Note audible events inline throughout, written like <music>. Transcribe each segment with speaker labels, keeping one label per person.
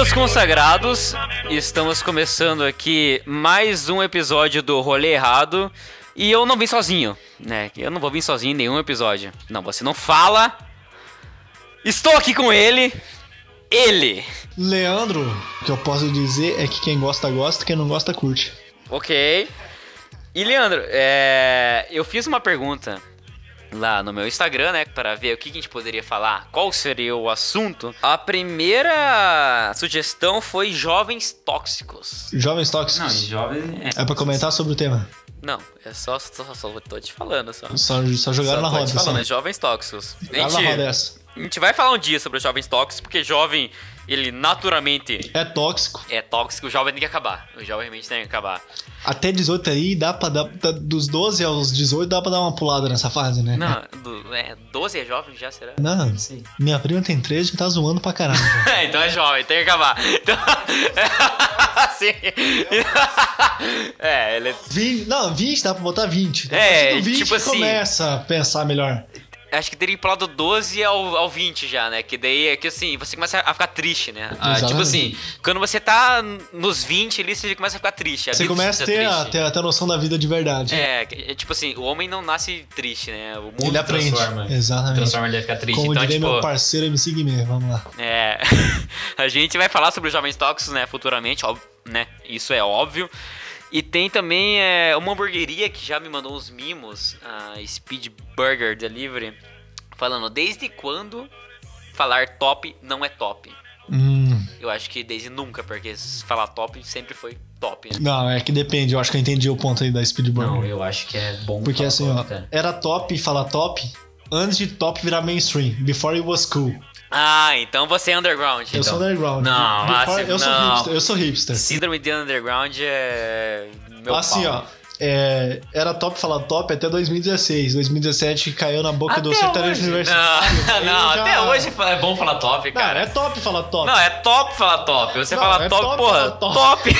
Speaker 1: Os consagrados, estamos começando aqui mais um episódio do Rolê Errado. E eu não vim sozinho, né? Eu não vou vir sozinho em nenhum episódio. Não, você não fala. Estou aqui com ele. Ele.
Speaker 2: Leandro, o que eu posso dizer é que quem gosta, gosta, quem não gosta, curte.
Speaker 1: Ok. E Leandro, é, eu fiz uma pergunta lá no meu Instagram, né, para ver o que a gente poderia falar, qual seria o assunto. A primeira sugestão foi jovens tóxicos.
Speaker 2: Jovens
Speaker 3: Não,
Speaker 2: tóxicos.
Speaker 3: jovem é.
Speaker 2: É pra comentar sobre o tema.
Speaker 1: Não, é só, só, só tô te falando só.
Speaker 2: Só, só jogaram
Speaker 1: Só
Speaker 2: na
Speaker 1: tô te
Speaker 2: roda.
Speaker 1: falando, é
Speaker 2: Assim.
Speaker 1: jovens tóxicos.
Speaker 2: Jogaram na roda
Speaker 1: Gente,
Speaker 2: essa.
Speaker 1: a gente vai falar um dia sobre os jovens tóxicos, porque jovem, ele naturalmente
Speaker 2: É tóxico.
Speaker 1: é tóxico, o jovem tem que acabar. O jovem realmente tem que acabar.
Speaker 2: Até 18 aí dá pra dar. tá- dos 12 aos 18 dá pra dar uma pulada nessa fase, né?
Speaker 1: Não, do, é, 12 é jovem já, será? <laughs>
Speaker 2: Não,
Speaker 3: Sim.
Speaker 2: minha prima tem 13 e tá zoando pra caralho. velho.
Speaker 1: É, então é jovem, tem que acabar. <laughs> Então... Sim. <laughs> é, ele...
Speaker 2: Vin- não, 20 dá pra botar 20.
Speaker 1: É,
Speaker 2: Depois do 20
Speaker 1: tipo assim- é
Speaker 2: começa a pensar melhor.
Speaker 1: Acho que teria que pular do 12 ao, ao 20 já, né? Que daí é que assim, você começa a ficar triste, né? Ah,
Speaker 2: Exatamente.
Speaker 1: tipo assim, quando você tá nos 20 ali, você começa a ficar triste. a
Speaker 2: Você
Speaker 1: vida
Speaker 2: começa a
Speaker 1: fica
Speaker 2: ter, a,
Speaker 1: triste.
Speaker 2: ter, a ter a noção da vida de verdade.
Speaker 1: É, que- é, tipo assim, o homem não nasce triste, né? O mundo
Speaker 2: Ele aprende.
Speaker 3: transforma.
Speaker 2: Exatamente.
Speaker 3: Transforma ele a ficar triste.
Speaker 2: Como
Speaker 1: então,
Speaker 2: diria
Speaker 1: tipo-
Speaker 2: meu parceiro MC Guimê, vamos lá.
Speaker 1: É. <laughs> a gente vai falar sobre os jovens tóxicos, né, futuramente, óbvio, né? Isso é óbvio. E tem também é, uma hamburgueria que já me mandou uns mimos, a Speed Burger Delivery, falando desde quando falar top não é top.
Speaker 2: Hum,
Speaker 1: Eu acho que desde nunca, porque falar top sempre foi top, né?
Speaker 2: não, é que depende, eu acho que eu entendi o ponto aí da
Speaker 3: Não,
Speaker 2: Speedburn.
Speaker 3: eu acho que é bom.
Speaker 2: Porque
Speaker 3: falar
Speaker 2: assim, ó,
Speaker 3: top, cara.
Speaker 2: era top falar top antes de top virar mainstream. Before it was cool.
Speaker 1: Ah, então você é underground.
Speaker 2: eu
Speaker 1: então.
Speaker 2: sou underground.
Speaker 1: Não,
Speaker 2: Before-
Speaker 1: assim,
Speaker 2: eu sou
Speaker 1: não.
Speaker 2: hipster. Eu sou hipster.
Speaker 1: Síndrome de underground é. Meu
Speaker 2: assim,
Speaker 1: pau.
Speaker 2: ó. é, era top falar top até 2016. 2017 caiu na boca do
Speaker 1: Até
Speaker 2: sertanejo
Speaker 1: hoje.
Speaker 2: universitário.
Speaker 1: Não, <laughs>
Speaker 2: Aí
Speaker 1: não,
Speaker 2: já-
Speaker 1: até hoje é bom falar top,
Speaker 2: Não,
Speaker 1: cara.
Speaker 2: é top falar top.
Speaker 1: Não, é top falar top. Você
Speaker 2: Não,
Speaker 1: fala
Speaker 2: é
Speaker 1: top,
Speaker 2: top
Speaker 1: porra,
Speaker 2: falar top.
Speaker 1: top.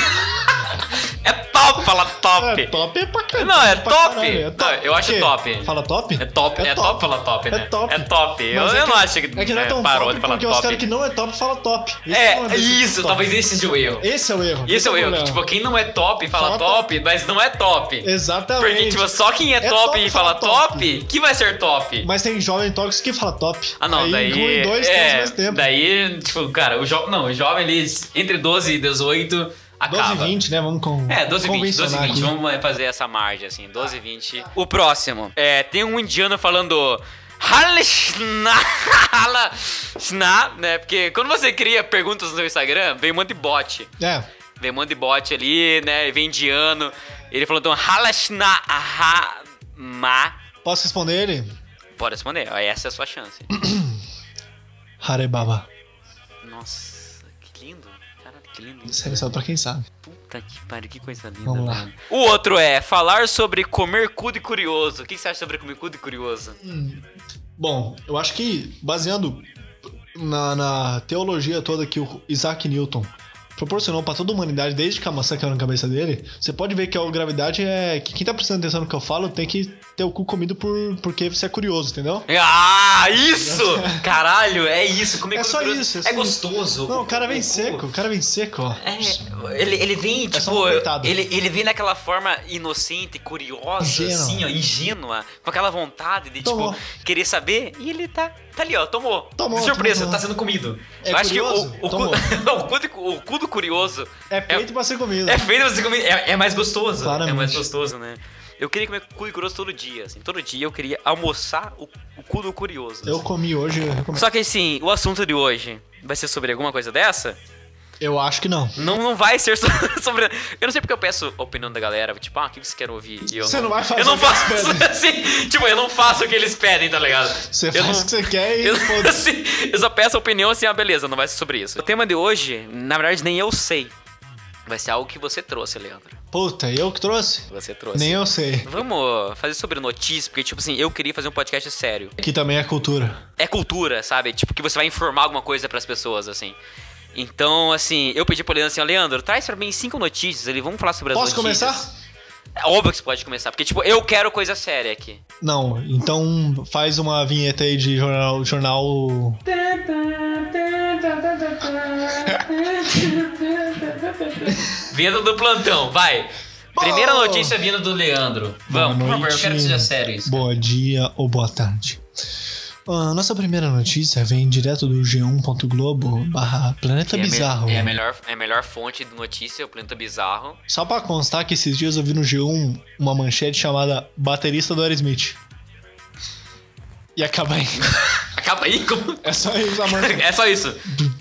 Speaker 1: <laughs> é top falar top.
Speaker 2: É top é pra caralho.
Speaker 1: Não, é
Speaker 2: pra
Speaker 1: top.
Speaker 2: caralho, é
Speaker 1: Não,
Speaker 2: top.
Speaker 1: eu acho
Speaker 2: O quê?
Speaker 1: top.
Speaker 2: Fala top?
Speaker 1: É top, é top falar top, né?
Speaker 2: É top.
Speaker 1: É top. Eu,
Speaker 2: Mas é
Speaker 1: eu não acho que,
Speaker 2: É que não é
Speaker 1: né,
Speaker 2: tão
Speaker 1: parou
Speaker 2: top
Speaker 1: de falar
Speaker 2: porque os
Speaker 1: top.
Speaker 2: caras que não é top falam top. não
Speaker 1: É,
Speaker 2: desse
Speaker 1: isso,
Speaker 2: top.
Speaker 1: talvez esse seja o erro.
Speaker 2: Esse é o erro.
Speaker 1: Esse é o erro.
Speaker 2: problema.
Speaker 1: que, tipo, quem não é top fala,
Speaker 2: Fala
Speaker 1: top, mas não é top.
Speaker 2: Exatamente.
Speaker 1: Porque, tipo, só quem é, top, e fala top, que vai ser top.
Speaker 2: Mas tem jovem tóxico que fala top.
Speaker 1: Ah, não,
Speaker 2: Aí
Speaker 1: daí.
Speaker 2: inclui dois,
Speaker 1: é,
Speaker 2: três mais tempo.
Speaker 1: Daí, tipo, cara, o jovem. Não, o jovem ali, entre 12 e 18,
Speaker 2: 12
Speaker 1: acaba.
Speaker 2: e 20, né? Vamos com.
Speaker 1: É, 12 e 20, 12 e
Speaker 2: convencionar
Speaker 1: 20.
Speaker 2: aqui.
Speaker 1: Vamos é, fazer essa margem, assim, 12 e 20. O próximo. É, tem um indiano falando. Halishna, <laughs> Halishna, né? Porque quando você cria perguntas no Instagram, vem um monte de bot.
Speaker 2: É.
Speaker 1: Vem um monte de bot ali, né? Vem indiano. Ele falou então, Halashna, Ahama.
Speaker 2: Posso responder ele?
Speaker 1: Pode responder, ó, essa é a sua chance.
Speaker 2: Harebaba.
Speaker 1: Nossa, que lindo. Caralho, que lindo. isso,
Speaker 2: Sério, só pra quem sabe.
Speaker 1: Puta que pariu, que coisa linda.
Speaker 2: é- Vamos lá.
Speaker 1: velho. O outro é falar sobre comer cu de curioso. O que que você acha sobre comer cu de curioso?
Speaker 2: Hum. Bom, eu acho que baseando na, na teologia toda que o Isaac Newton proporcionou pra toda a humanidade desde que a maçã caiu na cabeça dele, você pode ver que a gravidade é que quem tá prestando atenção no que eu falo tem que ter o cu comido por, porque você é curioso, entendeu?
Speaker 1: Ah,
Speaker 2: <laughs>
Speaker 1: isso! Caralho, é isso. Comer
Speaker 2: É
Speaker 1: cu de
Speaker 2: só
Speaker 1: curioso
Speaker 2: isso, é
Speaker 1: é
Speaker 2: só
Speaker 1: gostoso.
Speaker 2: Não, o cara vem
Speaker 1: cu.
Speaker 2: seco, o cara vem seco, ó.
Speaker 1: É, ele, ele vem,
Speaker 2: É só um
Speaker 1: tipo,
Speaker 2: coitado.
Speaker 1: ele, ele vem naquela forma inocente, curiosa,
Speaker 2: Ingênua.
Speaker 1: assim, ó, ingênua, com aquela vontade de,
Speaker 2: Tomou.
Speaker 1: tipo, querer saber, e ele tá, tá ali, ó, tomou.
Speaker 2: Tomou,
Speaker 1: De surpresa,
Speaker 2: tomou,
Speaker 1: tá sendo comido.
Speaker 2: É
Speaker 1: Eu acho
Speaker 2: curioso?
Speaker 1: que o, o, cu, <laughs>
Speaker 2: Tomou.
Speaker 1: o, cu de- o cu do curioso
Speaker 2: É feito pra ser comido.
Speaker 1: É feio você comer. É, é mais gostoso.
Speaker 2: Claramente.
Speaker 1: É mais gostoso, né? Eu queria comer cu de curioso todo dia, assim. Todo dia eu queria almoçar o, o cu do curioso.
Speaker 2: Eu comi hoje, eu recomendo.
Speaker 1: Só que assim, o assunto de hoje vai ser sobre alguma coisa dessa?
Speaker 2: Eu acho que não.
Speaker 1: Não, não vai ser so- <laughs> sobre. Eu não sei porque eu peço a opinião da galera, tipo, ah, o que vocês querem ouvir? E eu
Speaker 2: Você não vai fazer
Speaker 1: Eu não
Speaker 2: o que eles
Speaker 1: faço <laughs> assim. Tipo, eu não faço o que eles pedem, tá ligado?
Speaker 2: Você
Speaker 1: eu
Speaker 2: faz
Speaker 1: não-
Speaker 2: o que você quer
Speaker 1: <laughs>
Speaker 2: e
Speaker 1: eu,
Speaker 2: foda-se.
Speaker 1: assim, eu só peço a opinião assim, ah, beleza, não vai ser sobre isso. O tema de hoje, na verdade, nem eu sei. Vai ser algo que você trouxe, Leandro.
Speaker 2: Puta, eu que trouxe?
Speaker 1: Você trouxe.
Speaker 2: Nem eu sei.
Speaker 1: Vamos fazer sobre notícias, porque, tipo assim, eu queria fazer um podcast sério.
Speaker 2: Que também é cultura.
Speaker 1: É cultura, sabe? Tipo, que você vai informar alguma coisa pras pessoas, assim. Então, assim, eu pedi pro Leandro assim, ó, Leandro, traz pra mim cinco notícias ali, vamos falar sobre as
Speaker 2: Posso
Speaker 1: notícias.
Speaker 2: começar?
Speaker 1: É óbvio que você pode começar, porque, tipo, eu quero coisa séria
Speaker 2: <laughs>
Speaker 1: aqui.
Speaker 2: Não, então faz uma vinheta aí de jornal. jornal...
Speaker 1: Vindo do plantão, vai. Primeira
Speaker 2: Bom.
Speaker 1: notícia vindo do Leandro. Vamos, por
Speaker 2: Boa
Speaker 1: favor, eu quero que
Speaker 2: noite.
Speaker 1: seja sério isso.
Speaker 2: Boa dia ou boa tarde. A nossa primeira notícia vem direto do g1.globo barra Planeta
Speaker 1: é, a me-
Speaker 2: Bizarro.
Speaker 1: é a melhor, é a melhor fonte de notícia, o Planeta Bizarro.
Speaker 2: Só pra constar que esses dias eu vi no G1 uma manchete chamada Baterista do Aerosmith. E acaba aí. <laughs>
Speaker 1: Acaba aí, como... <laughs>
Speaker 2: É só isso a manchete.
Speaker 1: É só isso.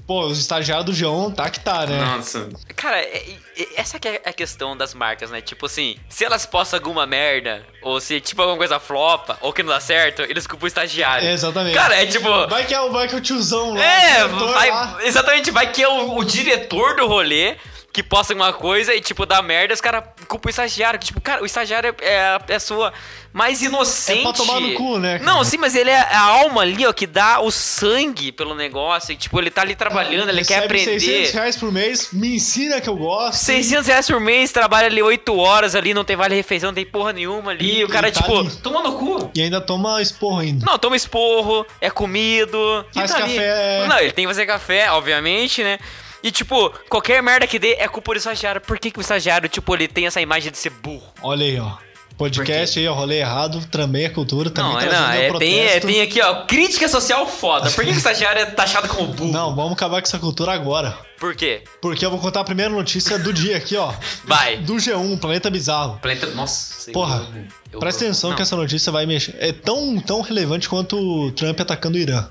Speaker 2: Pô, os estagiários do G1 tá que tá, né?
Speaker 1: Nossa. Cara, é- é- essa que é a questão das marcas, né? Tipo assim, se elas postam alguma merda, ou se tipo alguma coisa flopa, ou que não dá certo, eles culpam o estagiário.
Speaker 2: É, exatamente.
Speaker 1: Cara, é tipo.
Speaker 2: Vai que é o, vai que é o tiozão lá.
Speaker 1: É,
Speaker 2: o diretor
Speaker 1: vai-
Speaker 2: lá.
Speaker 1: exatamente, vai que é o, o diretor do rolê que posta alguma coisa e, tipo, dá merda, os caras culpam o estagiário. que, Tipo, cara, o estagiário é- é a pessoa mais inocente.
Speaker 2: É pra tomar no cu, né, cara?
Speaker 1: Não, sim, mas ele é a alma ali, ó, que dá o sangue pelo negócio. E, tipo, ele tá ali trabalhando, ele quer
Speaker 2: Recebe
Speaker 1: aprender.
Speaker 2: 600 reais por mês, me ensina que eu gosto.
Speaker 1: 600 reais por mês, trabalha ali 8 horas ali, não tem vale-refeição, não tem porra nenhuma ali.
Speaker 2: E
Speaker 1: o cara,
Speaker 2: tá
Speaker 1: tipo,
Speaker 2: ali.
Speaker 1: toma no cu.
Speaker 2: E ainda toma esporro ainda.
Speaker 1: Não, toma esporro, é comido. e
Speaker 2: Faz
Speaker 1: tá ali.
Speaker 2: café. é.
Speaker 1: Não, ele tem que fazer café, obviamente, né? E, tipo, qualquer merda que dê é culpa do estagiário. Por que, que o estagiário, tipo, ele tem essa imagem de ser burro?
Speaker 2: Olha aí, ó. Podcast aí, ó, rolê errado, tramei a cultura, também
Speaker 1: Não, é,
Speaker 2: Tá trazendo
Speaker 1: não,
Speaker 2: meu
Speaker 1: é, tem, é,
Speaker 2: protesto.
Speaker 1: tem aqui, ó, crítica social foda. Por que, que o estagiário é taxado como burro?
Speaker 2: Não, vamos acabar com essa cultura agora.
Speaker 1: Por quê?
Speaker 2: Porque eu vou contar a primeira notícia do dia aqui, ó.
Speaker 1: Vai.
Speaker 2: Do G1, Planeta Bizarro.
Speaker 1: Planeta... Nossa, sei
Speaker 2: Porra,
Speaker 1: lá, eu- eu-
Speaker 2: Presta atenção
Speaker 1: não.
Speaker 2: que essa notícia vai mexer. É tão, tão relevante quanto o Trump atacando o Irã.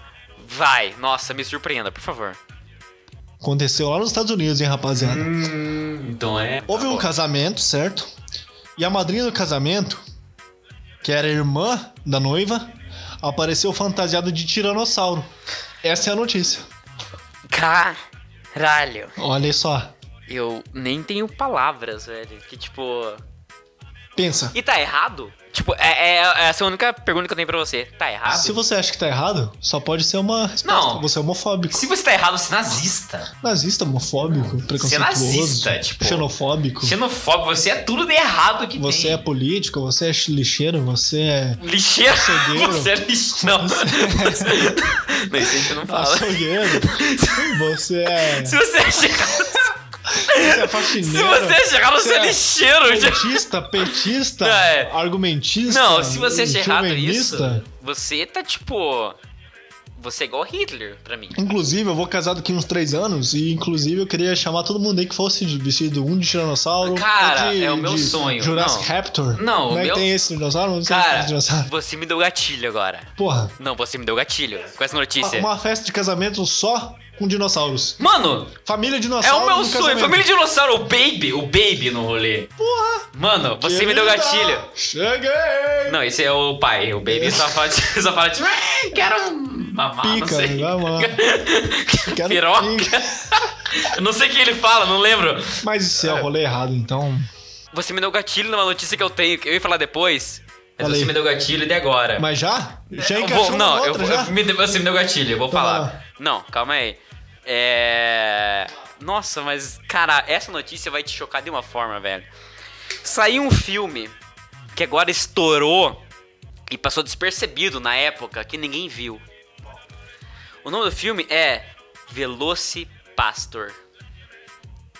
Speaker 1: Vai, nossa, me surpreenda, por favor.
Speaker 2: Aconteceu lá nos Estados Unidos, hein, rapaziada.
Speaker 1: Hum, então é.
Speaker 2: Houve um casamento, certo? E a madrinha do casamento, que era irmã da noiva, apareceu fantasiada de tiranossauro. Essa é a notícia.
Speaker 1: Caralho.
Speaker 2: Olha só.
Speaker 1: Eu nem tenho palavras, velho. Que tipo.
Speaker 2: Pensa.
Speaker 1: E tá errado? Tipo, é, é- é essa a única pergunta que eu tenho pra você. Tá errado?
Speaker 2: Se você acha que tá errado, só pode ser uma resposta.
Speaker 1: Não.
Speaker 2: Você é homofóbico.
Speaker 1: Se você tá errado, você é nazista.
Speaker 2: Nazista, homofóbico, preconceituoso,
Speaker 1: nazista, tipo-
Speaker 2: xenofóbico.
Speaker 1: Xenofóbico, você é tudo de errado que
Speaker 2: Você
Speaker 1: tem.
Speaker 2: é político, você é lixeiro, você é
Speaker 1: Lixeiro,
Speaker 2: Açougueiro.
Speaker 1: você é lixeiro. Não, não, isso a gente não fala. <laughs>
Speaker 2: açougueiro, você é,
Speaker 1: Se você é chegado,
Speaker 2: você é
Speaker 1: <laughs> se
Speaker 2: faxineiro,
Speaker 1: você é chegado, você é
Speaker 2: Você é-
Speaker 1: lixeiro. gente.
Speaker 2: petista, petista,
Speaker 1: Não, é.
Speaker 2: argumentista,
Speaker 1: Não, se você é chegado isso,
Speaker 2: chauvinista.
Speaker 1: você tá tipo. Você é igual Hitler pra mim.
Speaker 2: Inclusive, eu vou casar daqui uns três anos e, inclusive, eu queria chamar todo mundo aí que fosse de- vestido um de tiranossauro.
Speaker 1: Cara,
Speaker 2: outro de,
Speaker 1: é o meu
Speaker 2: de
Speaker 1: sonho.
Speaker 2: Jurassic
Speaker 1: Não.
Speaker 2: Raptor.
Speaker 1: Não, o
Speaker 2: Como é
Speaker 1: meu-
Speaker 2: que tem esse dinossauro? Não sei se
Speaker 1: Cara,
Speaker 2: tem dinossauro.
Speaker 1: você me deu gatilho agora.
Speaker 2: Porra,
Speaker 1: Não, você me deu gatilho com essa
Speaker 2: Ah, uma,
Speaker 1: notícia.
Speaker 2: uma festa de casamento só com dinossauros.
Speaker 1: Mano,
Speaker 2: Família
Speaker 1: é
Speaker 2: dinossauro.
Speaker 1: o meu
Speaker 2: no
Speaker 1: sonho.
Speaker 2: um casamento.
Speaker 1: Família de dinossauro, o Baby, o Baby no rolê.
Speaker 2: Porra!
Speaker 1: Mano, você me deu
Speaker 2: querida,
Speaker 1: gatilho.
Speaker 2: Cheguei!
Speaker 1: Não, esse é o pai. O Baby só fala, de- <laughs> só fala tipo, "Ah, quero mamar, não
Speaker 2: tá- Pica,
Speaker 1: sei.
Speaker 2: né?
Speaker 1: <laughs>
Speaker 2: Vai, mano. Quero
Speaker 1: Piroca.
Speaker 2: pica.
Speaker 1: <laughs> Eu não sei o que ele fala, não lembro.
Speaker 2: Mas isso é o rolê errado, então.
Speaker 1: Você me deu gatilho numa notícia que eu tenho, que eu ia falar depois. Mas
Speaker 2: Falei.
Speaker 1: você me deu gatilho de agora.
Speaker 2: Mas já? Já
Speaker 1: Eu
Speaker 2: encaixou
Speaker 1: vou- não,
Speaker 2: na
Speaker 1: eu,
Speaker 2: outra,
Speaker 1: vou-
Speaker 2: já?
Speaker 1: eu- me deu- você me deu gatilho, eu vou
Speaker 2: Então
Speaker 1: falar.
Speaker 2: vai lá.
Speaker 1: Não, calma aí. É. Nossa, mas, cara, essa notícia vai te chocar de uma forma, velho. Saiu um filme que agora estourou e passou despercebido na época, que ninguém viu. O nome do filme é Velocipastor.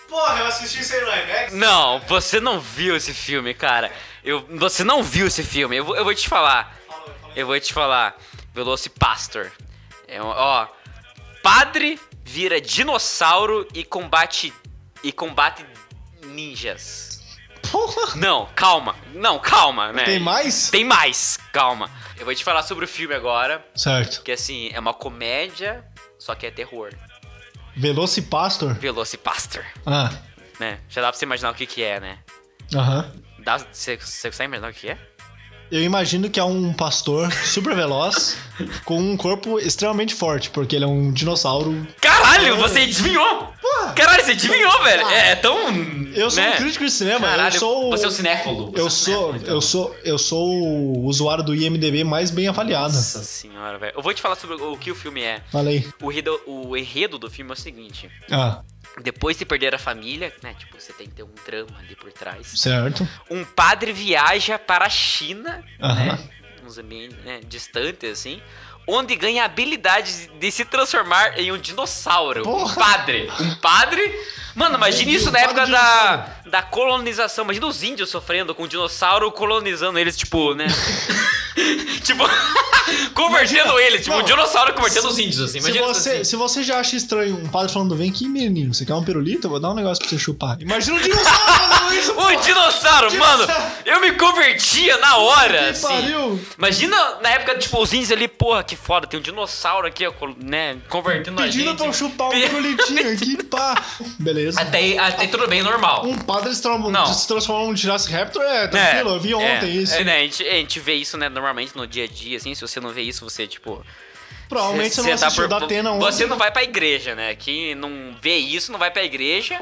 Speaker 3: Porra, eu assisti isso aí no IMAX.
Speaker 1: Não, você não viu esse filme, cara. Eu, você não viu esse filme. Eu, vou- eu vou te falar. Eu vou te falar. Velocipastor. É um, ó. Padre vira dinossauro e combate. E combate ninjas.
Speaker 2: Porra!
Speaker 1: Não, calma. Não, calma, né?
Speaker 2: Tem mais?
Speaker 1: Tem mais, calma. Eu vou te falar sobre o filme agora.
Speaker 2: Certo.
Speaker 1: Que assim, é uma comédia, só que é terror.
Speaker 2: Velocipastor?
Speaker 1: Velocipastor,
Speaker 2: Ah,
Speaker 1: né? Já dá pra você imaginar o que que é, né?
Speaker 2: aham.
Speaker 1: Dá, você, você consegue imaginar o que é?
Speaker 2: Eu imagino que é um pastor super veloz com um corpo extremamente forte, porque ele é um dinossauro.
Speaker 1: Caralho, você adivinhou!
Speaker 2: Porra!
Speaker 1: Caralho, você adivinhou, velho!
Speaker 2: Ah.
Speaker 1: É, é tão.
Speaker 2: Eu sou
Speaker 1: né?
Speaker 2: um crítico de cinema,
Speaker 1: Caralho,
Speaker 2: eu sou. o-
Speaker 1: Você é um cinéfilo. você é um
Speaker 2: Eu sou,
Speaker 1: cinéfilo, então.
Speaker 2: eu sou, eu sou o usuário do IMDB mais bem avaliado.
Speaker 1: Nossa senhora, velho. Eu vou te falar sobre o que o filme é.
Speaker 2: Falei.
Speaker 1: O enredo, o enredo do filme é o seguinte:
Speaker 2: Ah,
Speaker 1: depois de perder a família, né? Tipo, você tem que ter um drama ali por trás.
Speaker 2: certo.
Speaker 1: Um padre viaja para a China,
Speaker 2: Aham.
Speaker 1: né? Uns ambientes né, distantes, assim. onde ganha a habilidade de se transformar em um dinossauro. Um
Speaker 2: Porra.
Speaker 1: padre. Um padre. Mano, imagina
Speaker 2: Deus,
Speaker 1: isso na
Speaker 2: um
Speaker 1: época
Speaker 2: padre
Speaker 1: da,
Speaker 2: dinossauro.
Speaker 1: da colonização. Imagina os índios sofrendo com o dinossauro colonizando eles, tipo, né? <laughs> tipo, <laughs> convertendo
Speaker 2: Imagina,
Speaker 1: eles. Tipo,
Speaker 2: não.
Speaker 1: um dinossauro convertendo os índios, assim.
Speaker 2: Se
Speaker 1: Imagina isso,
Speaker 2: você,
Speaker 1: assim.
Speaker 2: se você já acha estranho um padre falando, vem aqui, menininho, você quer um pirulito? Eu vou dar um negócio pra você chupar. Imagina um dinossauro fazendo isso, pô!
Speaker 1: Um dinossauro, mano!
Speaker 2: Dinossauro.
Speaker 1: Eu me convertia na hora,
Speaker 2: Que
Speaker 1: assim.
Speaker 2: pariu!
Speaker 1: Imagina na época, tipo, os índios ali, porra, que foda, tem um dinossauro aqui, ó, col- né, convertendo a
Speaker 2: Pedindo
Speaker 1: gente.
Speaker 2: pra eu chupar um
Speaker 1: Pe-
Speaker 2: pirulitinho <laughs> aqui, pá! Beleza.
Speaker 1: <laughs> Até, aí- até aí tudo bem, normal.
Speaker 2: Um padre se, tra-
Speaker 1: Não.
Speaker 2: se transformar num Jurassic Raptor? É, tranquilo, eu vi ontem
Speaker 1: é,
Speaker 2: isso.
Speaker 1: é, né, a, gente, a gente vê isso, né, normalmente no dia a dia, assim, se você não vê isso, você, tipo...
Speaker 2: Provavelmente você, não
Speaker 1: tá
Speaker 2: assistiu
Speaker 1: por-
Speaker 2: da Atena ontem.
Speaker 1: Você não vai pra igreja, né, quem não vê isso não vai pra igreja...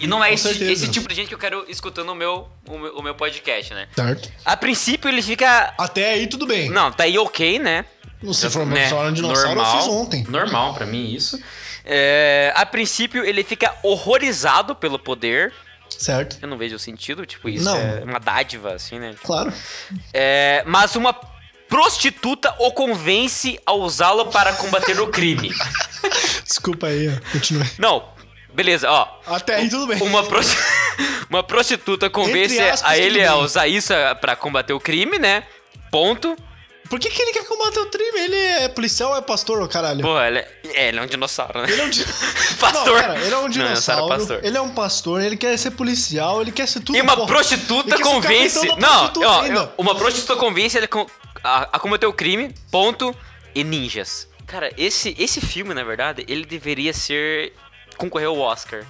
Speaker 1: E não é
Speaker 2: Com
Speaker 1: esse,
Speaker 2: certeza.
Speaker 1: esse tipo de gente que eu quero escutando o meu, o meu, o meu podcast, né?
Speaker 2: Certo.
Speaker 1: A princípio ele fica...
Speaker 2: Até aí tudo bem.
Speaker 1: Não, tá aí ok, né?
Speaker 2: Se for
Speaker 1: Né,
Speaker 2: uma um dinossauro, eu fiz ontem.
Speaker 1: Normal pra mim isso. É, a princípio ele fica horrorizado pelo poder.
Speaker 2: Certo?
Speaker 1: Eu não vejo sentido, tipo isso
Speaker 2: Não.
Speaker 1: é uma dádiva assim, né?
Speaker 2: Claro.
Speaker 1: É, mas uma prostituta o convence a usá-lo para combater o
Speaker 2: <laughs>
Speaker 1: crime.
Speaker 2: Desculpa aí, ó. continue.
Speaker 1: Não, beleza, ó.
Speaker 2: Até aí tudo bem.
Speaker 1: Uma, prosti- <laughs> uma prostituta convence
Speaker 2: Entre aspas,
Speaker 1: a ele
Speaker 2: tudo
Speaker 1: a
Speaker 2: bem.
Speaker 1: usar isso pra combater o crime, né? Ponto.
Speaker 2: Por que, que ele quer combater o crime? Ele é policial ou é pastor, ô caralho?
Speaker 1: Pô, ele é, é, ele é um dinossauro, né?
Speaker 2: Ele é
Speaker 1: <laughs>
Speaker 2: um di-
Speaker 1: Pastor.
Speaker 2: Não, pera, ele é um dinossauro.
Speaker 1: Não, pastor.
Speaker 2: Ele é um pastor, ele quer ser policial, ele quer ser tudo.
Speaker 1: E uma
Speaker 2: porra.
Speaker 1: prostituta
Speaker 2: E um que esse
Speaker 1: convence.
Speaker 2: capitão da
Speaker 1: Não,
Speaker 2: prostituta
Speaker 1: ó,
Speaker 2: ainda.
Speaker 1: eu- uma prostituta convence ele com- a, a cometer o crime, ponto, e ninjas. Cara, esse, esse filme, na verdade, ele deveria ser. concorrer ao Oscar.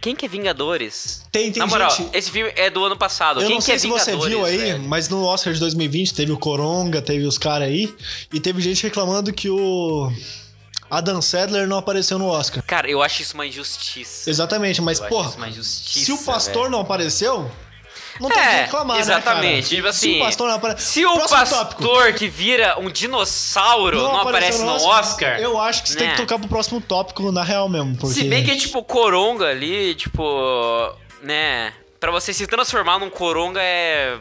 Speaker 1: Quem que é Vingadores?
Speaker 2: Tem, tem
Speaker 1: na moral,
Speaker 2: gente-
Speaker 1: esse filme é do ano passado.
Speaker 2: Eu
Speaker 1: Quem
Speaker 2: não
Speaker 1: que
Speaker 2: sei
Speaker 1: é
Speaker 2: se você
Speaker 1: Vingadores?
Speaker 2: viu aí,
Speaker 1: velho?
Speaker 2: mas no Oscar de 2020 teve o Coronga, teve os caras aí, e teve gente reclamando que o Adam Sandler não apareceu no Oscar.
Speaker 1: Cara, eu acho isso uma injustiça.
Speaker 2: Exatamente, mas
Speaker 1: Eu acho
Speaker 2: porra,
Speaker 1: isso uma injustiça,
Speaker 2: se o pastor
Speaker 1: velho.
Speaker 2: não apareceu, não tem o que
Speaker 1: É,
Speaker 2: reclamar, né,
Speaker 1: exatamente.
Speaker 2: cara?
Speaker 1: Tipo
Speaker 2: se
Speaker 1: assim,
Speaker 2: o pastor não apareceu...
Speaker 1: se o
Speaker 2: Próximo tópico.
Speaker 1: pastor que vira um dinossauro não, aparece no Oscar
Speaker 2: Eu acho que você tem
Speaker 1: né?
Speaker 2: que tocar pro próximo tópico, na real mesmo. Porque...
Speaker 1: Se bem que é tipo coronga ali, tipo. Né? Pra você se transformar num coronga é.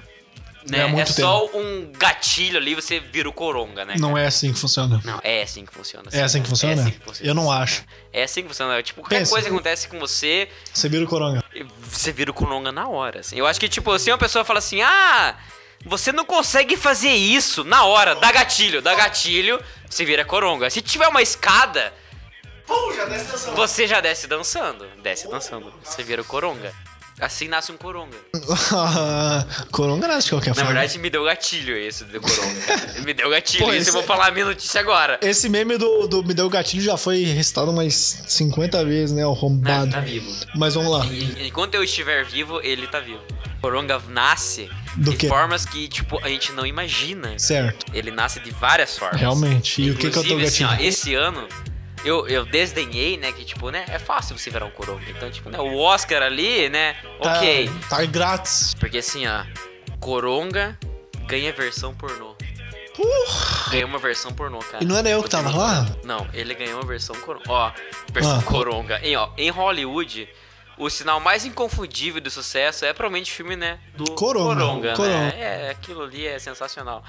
Speaker 1: Né,
Speaker 2: É
Speaker 1: é
Speaker 2: muito
Speaker 1: só um gatilho ali você vira o coronga, né?
Speaker 2: Não é assim que funciona.
Speaker 1: Não, é assim que funciona.
Speaker 2: É assim que funciona? Eu não acho.
Speaker 1: É assim que funciona. Tipo, qualquer
Speaker 2: Pensa.
Speaker 1: coisa que acontece com você,
Speaker 2: Você vira o Coronga. <laughs>
Speaker 1: você vira o coronga na hora. assim. Eu acho que, tipo, se uma pessoa fala assim, ah, você não consegue fazer isso na hora, dá gatilho, dá gatilho, você vira coronga. Se tiver uma escada,
Speaker 3: Pum, já desce atenção.
Speaker 1: Você já desce dançando. Desce dançando. Você vira o coronga. Assim nasce um coronga.
Speaker 2: coronga nasce de qualquer
Speaker 1: Na
Speaker 2: forma.
Speaker 1: verdade, me deu gatilho esse do coronga. <laughs> cara. me deu gatilho.
Speaker 2: Pô,
Speaker 1: isso
Speaker 2: esse-
Speaker 1: eu vou falar a minha notícia agora.
Speaker 2: Esse meme do, do Me Deu Gatilho já foi recitado umas 50 vezes, né? O
Speaker 1: Tá,
Speaker 2: rombado.
Speaker 1: tá vivo.
Speaker 2: Mas vamos lá.
Speaker 1: E- Enquanto eu estiver vivo, ele tá vivo. O coronga nasce
Speaker 2: Do
Speaker 1: de
Speaker 2: quê?
Speaker 1: formas que, tipo, a gente não imagina.
Speaker 2: Certo,
Speaker 1: Ele nasce de várias formas.
Speaker 2: realmente. E o que que eu tô
Speaker 1: Inclusive, assim,
Speaker 2: gatilho?
Speaker 1: ó, esse ano eu, eu desdenhei, né? Que, tipo, né? É fácil você virar um coronga. Então, tipo, né? O Oscar ali, né?
Speaker 2: Tá-
Speaker 1: Ok.
Speaker 2: Tá grátis.
Speaker 1: Porque assim, ó, Coronga ganha versão pornô. Ganhou uma versão pornô, cara.
Speaker 2: E não era eu que
Speaker 1: Vou te
Speaker 2: tava
Speaker 1: mandar.
Speaker 2: lá?
Speaker 1: Não, ele ganhou uma versão coronga. Ó, versão
Speaker 2: Ah.
Speaker 1: coronga. Em, ó, em Hollywood, o sinal mais inconfundível do sucesso é provavelmente o filme, né? Do
Speaker 2: Coronga.
Speaker 1: Coronga,
Speaker 2: Coronga.
Speaker 1: né? É, aquilo ali é sensacional.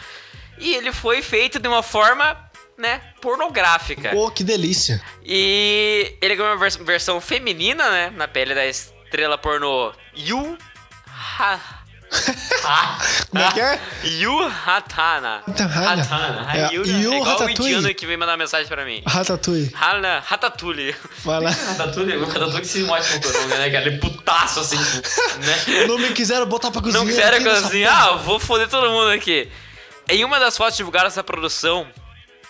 Speaker 1: E ele foi feito de uma forma, né, pornográfica.
Speaker 2: Pô, que delícia.
Speaker 1: E ele ganhou uma vers- versão feminina, né? Na pele da estrela pornô Yu. Ha. Ha.
Speaker 2: <laughs> Como é que é?
Speaker 1: Yu Hatana.
Speaker 2: Hatana.
Speaker 1: Hatana.
Speaker 2: É,
Speaker 1: É, Yu,
Speaker 2: Yu
Speaker 1: é igual o
Speaker 2: Ratatouille.
Speaker 1: indiano que veio mandar mensagem pra mim.
Speaker 2: Ratatouille.
Speaker 1: Hana, Ratatouille.
Speaker 2: Vai
Speaker 1: <laughs>
Speaker 2: lá.
Speaker 1: Ratatouille, o Ratatouille se mostra com coronga, né, cara? Ele é putaço assim, tipo, né?
Speaker 2: Não me quiseram botar pra cozinhar.
Speaker 1: Não quiseram
Speaker 2: aqui nessa
Speaker 1: assim, ah, vou foder todo mundo aqui. Em uma das fotos divulgadas da produção,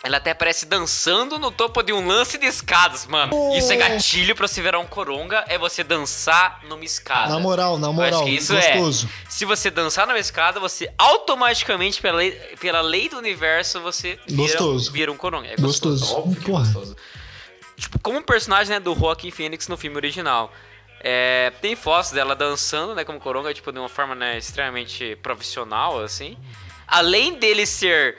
Speaker 1: ela até aparece dançando no topo de um lance de escadas, mano. Isso é
Speaker 2: Oh.
Speaker 1: gatilho pra se virar um coronga, é você dançar numa escada.
Speaker 2: Na moral, na
Speaker 1: Ah, Eu acho
Speaker 2: moral.
Speaker 1: que isso
Speaker 2: gostoso.
Speaker 1: é. Se você dançar numa escada, você automaticamente, pela lei, pela lei do universo, você vira,
Speaker 2: Gostoso.
Speaker 1: vira um coronga. É gostoso.
Speaker 2: Gostoso.
Speaker 1: óbvio que é
Speaker 2: Porra.
Speaker 1: gostoso. Tipo, como o personagem né, do Joaquin Phoenix no filme original. É, tem fotos dela dançando, né, como coronga, tipo, de uma forma né, extremamente profissional, assim. Além dele ser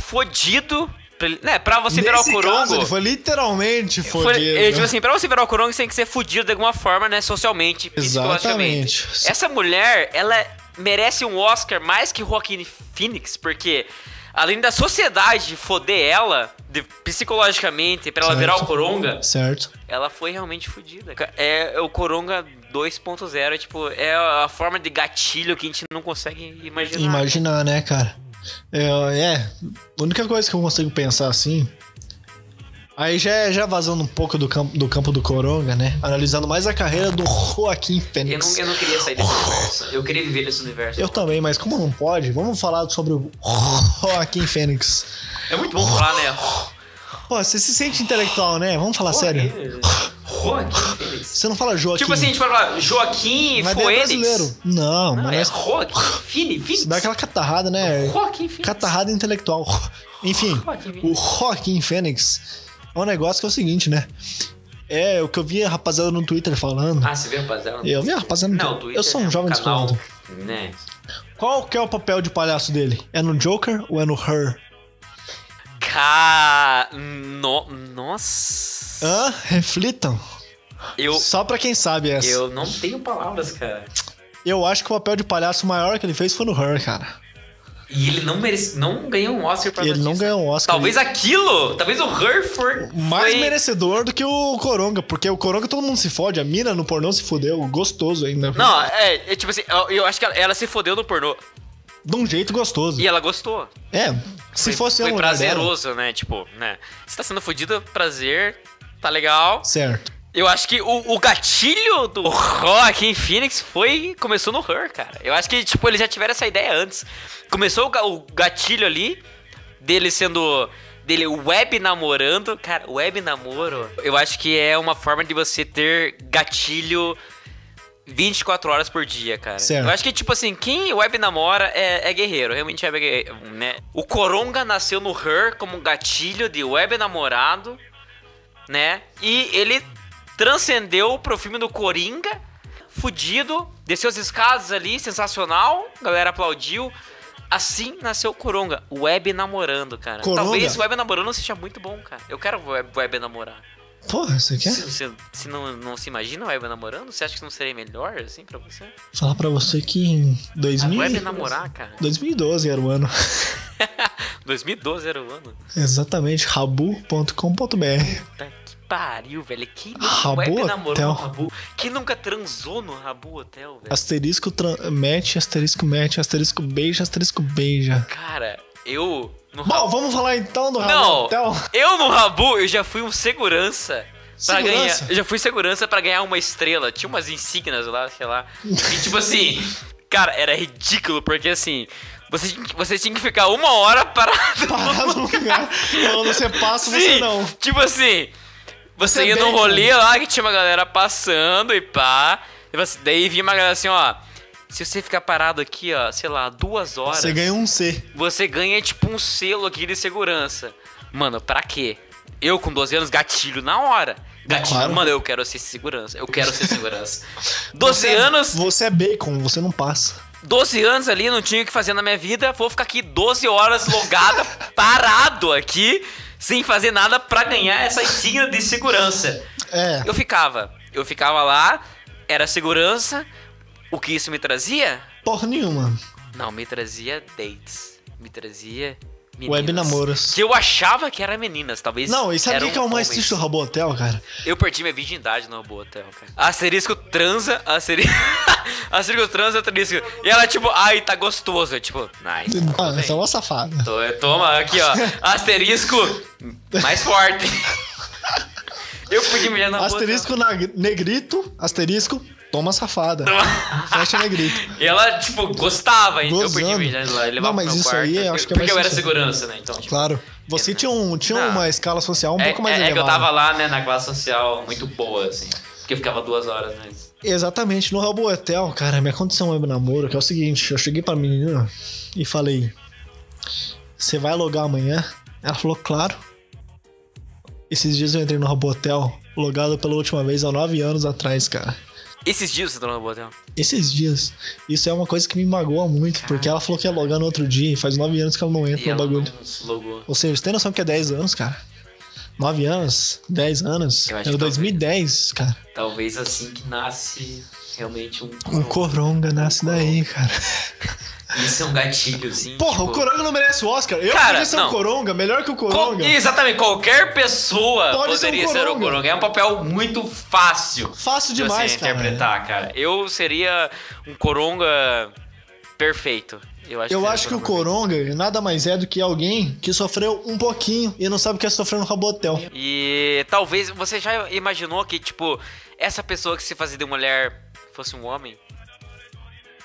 Speaker 1: fodido, pra, ele- né, pra você virar o
Speaker 2: Nesse
Speaker 1: corongo...
Speaker 2: caso, ele foi literalmente
Speaker 1: Foi-
Speaker 2: fodido.
Speaker 1: é, tipo assim, pra você virar o Coronga, você tem que ser fudido de alguma forma, né? Socialmente, psicologicamente.
Speaker 2: Exatamente.
Speaker 1: Essa mulher, ela merece um Oscar mais que Joaquin Phoenix, porque além da sociedade foder ela de- psicologicamente pra ela
Speaker 2: Certo.
Speaker 1: virar o Coronga,
Speaker 2: Certo.
Speaker 1: ela foi realmente fodida. Ca- É, é o Coronga 2.0, é tipo, é a forma de gatilho que a gente não consegue imaginar.
Speaker 2: Imaginar, né, cara? É, é, a única coisa que eu consigo pensar assim. Aí já, é- já vazando um pouco do campo, do campo do Coronga, né? Analisando mais a carreira do Joaquim
Speaker 1: Eu
Speaker 2: Fênix.
Speaker 1: não,
Speaker 2: Eu,
Speaker 1: eu não queria sair desse universo. Eu queria viver nesse universo.
Speaker 2: também, mas como não pode, vamos falar sobre o Joaquim Fênix.
Speaker 1: É muito bom falar, né?
Speaker 2: Pô, você se sente intelectual, né? Vamos falar sério.
Speaker 1: Joaquim Fênix.
Speaker 2: Você não fala Joaquim.
Speaker 1: Tipo assim, a gente pode falar Joaquim
Speaker 2: mas daí é
Speaker 1: Fênix.
Speaker 2: brasileiro. Não,
Speaker 1: Não, é
Speaker 2: mas
Speaker 1: Joaquim Fini- Fênix.
Speaker 2: você dá aquela catarrada, né?
Speaker 1: Joaquim Fênix.
Speaker 2: Catarrada intelectual. Enfim,
Speaker 1: Joaquim Fênix.
Speaker 2: o Joaquim Fênix é um negócio que é o seguinte, né? É o que eu vi a rapaziada no Twitter falando.
Speaker 1: Ah, você viu, rapaziada?
Speaker 2: Eu vi a rapaziada no
Speaker 1: Não, o
Speaker 2: Twitter.
Speaker 1: Twitter
Speaker 2: Eu sou um
Speaker 1: é
Speaker 2: jovem
Speaker 1: canal,
Speaker 2: descolado.
Speaker 1: Né?
Speaker 2: Qual que é o papel de palhaço dele? É no Joker ou é no Her?
Speaker 1: Ca... No... Nossa.
Speaker 2: Hã? Reflitam.
Speaker 1: Eu...
Speaker 2: Só pra quem sabe essa. Eu...
Speaker 1: Eu não tenho palavras, cara.
Speaker 2: acho que o papel de palhaço maior que ele fez foi no Her, cara.
Speaker 1: E ele não merece, não ganhou um Oscar pra
Speaker 2: ele não ganhou um Oscar.
Speaker 1: Talvez
Speaker 2: ele-
Speaker 1: aquilo, talvez o Herford
Speaker 2: Mais
Speaker 1: foi...
Speaker 2: merecedor do que o Coronga, porque o Coronga todo mundo se fode. A mina no pornô se fodeu, gostoso ainda.
Speaker 1: Não, é, é tipo assim, eu, eu acho que ela, ela se fodeu no pornô
Speaker 2: De um jeito gostoso.
Speaker 1: e ela gostou.
Speaker 2: É,
Speaker 1: foi,
Speaker 2: se fosse eu
Speaker 1: foi
Speaker 2: no lugar dela-
Speaker 1: prazeroso, né? Tipo, né? Você tá sendo fodida, prazer, tá legal.
Speaker 2: Certo.
Speaker 1: Eu acho que o, o gatilho do Rock em Phoenix foi. Começou no Her, cara. Eu acho que, tipo, eles já tiveram essa ideia antes. Começou o, ga- o gatilho ali, dele sendo. dele web namorando. Cara, web namoro, eu acho que é uma forma de você ter gatilho 24 horas por dia, cara.
Speaker 2: Certo.
Speaker 1: Eu acho que, tipo assim, quem web namora é, é guerreiro. Realmente é guerreiro, né? O Coronga nasceu no Her como um gatilho de web namorado né? E ele transcendeu pro filme do Coringa, fudido, desceu as escadas ali, sensacional, a galera aplaudiu. Assim nasceu o Coronga, web namorando, cara.
Speaker 2: Coronga?
Speaker 1: Talvez web namorando seja muito bom, cara. Eu quero web, web namorar.
Speaker 2: Porra, você quer?
Speaker 1: Se você se não, não se imagina web namorando, você acha que não seria melhor, assim, pra você?
Speaker 2: Falar pra você que em
Speaker 1: Ah,
Speaker 2: 2000...
Speaker 1: Web namorar, cara. <laughs>
Speaker 2: 2012 era o ano. <laughs>
Speaker 1: 2012 era o ano.
Speaker 2: Exatamente, rabu.com.br.
Speaker 1: Puta que pariu, velho. Quem nunca
Speaker 2: Ah, Rabu
Speaker 1: web namorou
Speaker 2: Hotel.
Speaker 1: no Rabu? Quem nunca transou no Rabu Hotel, velho?
Speaker 2: Asterisco tran- match, asterisco match, asterisco beija, asterisco beija.
Speaker 1: Cara, eu no
Speaker 2: Bom,
Speaker 1: Rabu.
Speaker 2: vamos falar então <laughs> do
Speaker 1: Não.
Speaker 2: Rabu Hotel.
Speaker 1: Eu no Rabu, eu já fui um segurança. Pra
Speaker 2: Segurança?
Speaker 1: ganhar, eu já fui segurança pra ganhar uma estrela. Tinha umas insígnias lá, sei lá. E tipo
Speaker 2: <laughs>
Speaker 1: assim, cara, era ridículo, porque assim, você, tinha que- você tinha que ficar uma hora parado. <laughs>
Speaker 2: Parado no lugar. Falando, você passa, você
Speaker 1: Sim,
Speaker 2: não.
Speaker 1: Tipo assim, você
Speaker 2: Você é
Speaker 1: ia num
Speaker 2: deita.
Speaker 1: rolê lá que tinha uma galera passando e pá. E você- daí vinha uma galera assim, ó. Se você ficar parado aqui, ó, sei lá, duas horas
Speaker 2: Você ganha um C.
Speaker 1: você ganha tipo um selo aqui de segurança. Mano, pra quê? Eu com 12 anos, gatilho na hora. Gatilho,
Speaker 2: Claro.
Speaker 1: mano, eu quero ser segurança. Eu quero ser
Speaker 2: <laughs>
Speaker 1: segurança. <laughs> 12
Speaker 2: Você é-
Speaker 1: anos,
Speaker 2: Você é bacon, você não passa.
Speaker 1: 12 anos ali, não tinha o que fazer na minha vida. Vou ficar aqui 12 horas
Speaker 2: <laughs>
Speaker 1: logada, parado aqui, sem fazer nada pra ganhar essa insígnia de segurança.
Speaker 2: É,
Speaker 1: Eu ficava. Eu ficava lá, era segurança. O que isso me trazia?
Speaker 2: porra nenhuma.
Speaker 1: Não, me trazia dates. Me trazia. Meninas.
Speaker 2: Web namoros.
Speaker 1: Que eu achava que era meninas, talvez.
Speaker 2: Não, e sabe o
Speaker 1: eram
Speaker 2: que que é o
Speaker 1: homens.
Speaker 2: mais triste do Rabu Hotel, cara?
Speaker 1: Eu perdi minha virgindade no robô hotel, cara. Asterisco transa, asterisco. <laughs> asterisco transa, asterisco. E ela, tipo, ai, tá gostoso. Eu, tipo, nice.
Speaker 2: Ah, essa é uma safada.
Speaker 1: To- Toma, aqui, ó. Asterisco mais
Speaker 2: <laughs>
Speaker 1: forte. eu pedi mulher no robô
Speaker 2: Asterisco na- negrito, asterisco, toma safada. Fecha negrito.
Speaker 1: E ela, tipo, gostava, então eu perdi
Speaker 2: Gozando.
Speaker 1: minha virgindade lá. Levava
Speaker 2: Não, mas
Speaker 1: pro meu
Speaker 2: isso
Speaker 1: quarto.
Speaker 2: aí eu acho que é
Speaker 1: porque
Speaker 2: mais
Speaker 1: eu era
Speaker 2: sincero.
Speaker 1: segurança, né? Então, tipo,
Speaker 2: Claro. Você tinha, um, tinha
Speaker 1: Não.
Speaker 2: uma escala social um
Speaker 1: é,
Speaker 2: pouco mais
Speaker 1: é- é que eu
Speaker 2: elevada.
Speaker 1: tava lá, né, na classe social muito boa, assim. Porque eu ficava duas horas, né?
Speaker 2: Exatamente. No Rabu Hotel, cara, me aconteceu um web namoro, que é o seguinte, eu cheguei pra menina e falei, você vai logar amanhã? Ela falou, claro. Esses dias eu entrei no Rabu Hotel, logado pela última vez há nove anos atrás, cara.
Speaker 1: Esses dias você tá entrou no hotel?
Speaker 2: Esses dias. Isso é uma coisa que me magoa muito, porque ela falou que ia logar no outro dia e faz nove anos que ela não entra
Speaker 1: E
Speaker 2: no
Speaker 1: ela
Speaker 2: bagulho.
Speaker 1: não logou.
Speaker 2: Ou seja, você tem noção que é 10 anos, cara? 9 anos, 10 anos.
Speaker 1: Eu acho
Speaker 2: Era
Speaker 1: que
Speaker 2: 2010, cara.
Speaker 1: Talvez assim que nasce realmente um.
Speaker 2: O Coronga nasce daí, cara.
Speaker 1: Isso é um gatilho, assim.
Speaker 2: Porra,
Speaker 1: tipo-
Speaker 2: o Coronga não merece o Oscar. Eu
Speaker 1: Cara,
Speaker 2: podia ser
Speaker 1: não.
Speaker 2: o Coronga, melhor que o
Speaker 1: Co-
Speaker 2: Coronga.
Speaker 1: Exatamente, qualquer pessoa
Speaker 2: Pode ser um
Speaker 1: poderia ser o
Speaker 2: coronga.
Speaker 1: Coronga. É um papel muito fácil
Speaker 2: Fácil
Speaker 1: de
Speaker 2: demais,
Speaker 1: você
Speaker 2: cara.
Speaker 1: interpretar, cara. Eu seria um Coronga perfeito. Eu acho,
Speaker 2: Eu
Speaker 1: seria
Speaker 2: acho que o
Speaker 1: perfeito.
Speaker 2: Coronga nada mais é do que alguém que sofreu um pouquinho e não sabe o que é sofrer no Rabotel.
Speaker 1: E talvez você já imaginou que, tipo, essa pessoa que se fazia de mulher fosse um
Speaker 2: <laughs>
Speaker 1: homem?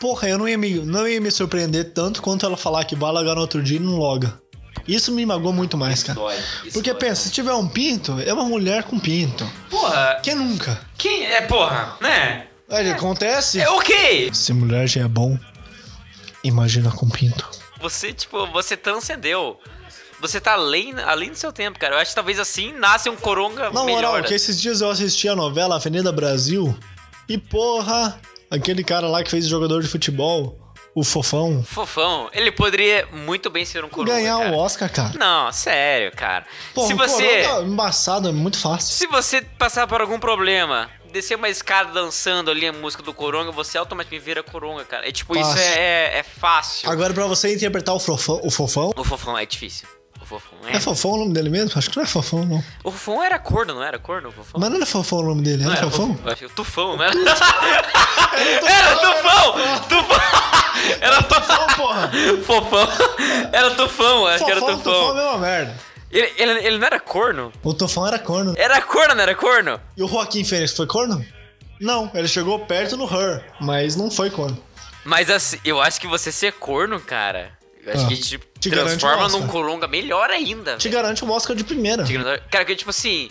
Speaker 2: Porra, eu não ia, me, não ia me surpreender tanto quanto ela falar que vai logar no outro dia e não loga. Isso me magoou muito mais, cara.
Speaker 1: Dói. isso
Speaker 2: Porque
Speaker 1: dói.
Speaker 2: pensa, se tiver um pinto, é uma mulher com pinto.
Speaker 1: Porra,
Speaker 2: Quem nunca?
Speaker 1: quem é, porra, né?
Speaker 2: Olha, acontece.
Speaker 1: É ok!
Speaker 2: Se mulher já é bom, imagina com pinto.
Speaker 1: Você, tipo, você transcendeu. Você tá além, além do seu tempo, cara. Eu acho que talvez assim nasce um coronga
Speaker 2: Na
Speaker 1: melhor.
Speaker 2: moral, que esses dias eu assisti a novela Avenida Brasil e porra, aquele cara lá que fez jogador de futebol, o Fofão,
Speaker 1: Fofão, ele poderia muito bem ser um coronga.
Speaker 2: ganhar
Speaker 1: cara.
Speaker 2: o Oscar, cara.
Speaker 1: Não, sério, cara.
Speaker 2: Porra,
Speaker 1: se
Speaker 2: o
Speaker 1: você.
Speaker 2: Coronga é embaçado, é muito fácil.
Speaker 1: Se você passar por algum problema, descer uma escada dançando ali a música do Coronga, você automaticamente vira Coronga, cara. É tipo, isso
Speaker 2: Fácil.
Speaker 1: é, é, é fácil.
Speaker 2: Agora, pra você interpretar o Fofão, o Fofão,
Speaker 1: O Fofão é difícil. O Fofão é.
Speaker 2: é Fofão o nome dele mesmo? Acho que não é Fofão, não.
Speaker 1: O Fofão era corno, não era corno, o Fofão?
Speaker 2: Mas não era Fofão o nome dele,
Speaker 1: Não
Speaker 2: era,
Speaker 1: era
Speaker 2: Fofão?
Speaker 1: Eu achei o Tufão, não era? <laughs> Era Tufão! Tufão! Era Tufão!
Speaker 2: Fofão, porra!
Speaker 1: Fofão! Era Tufão, acho que era
Speaker 2: Fofão, Tufão é a
Speaker 1: Tufão.
Speaker 2: mesma merda.
Speaker 1: Ele, ele, ele não era corno?
Speaker 2: O Tufão era corno.
Speaker 1: Era corno, não era corno?
Speaker 2: E o Joaquim Fênix foi corno? Não, ele chegou perto no Her, mas não foi corno.
Speaker 1: Mas assim, eu acho que você ser corno, cara, eu acho
Speaker 2: Ah.
Speaker 1: que te,
Speaker 2: Te garante
Speaker 1: transforma
Speaker 2: um Oscar.
Speaker 1: num coronga melhor ainda.
Speaker 2: Te
Speaker 1: velho.
Speaker 2: garante um Oscar de primeira.
Speaker 1: Te garante- Cara, que tipo assim,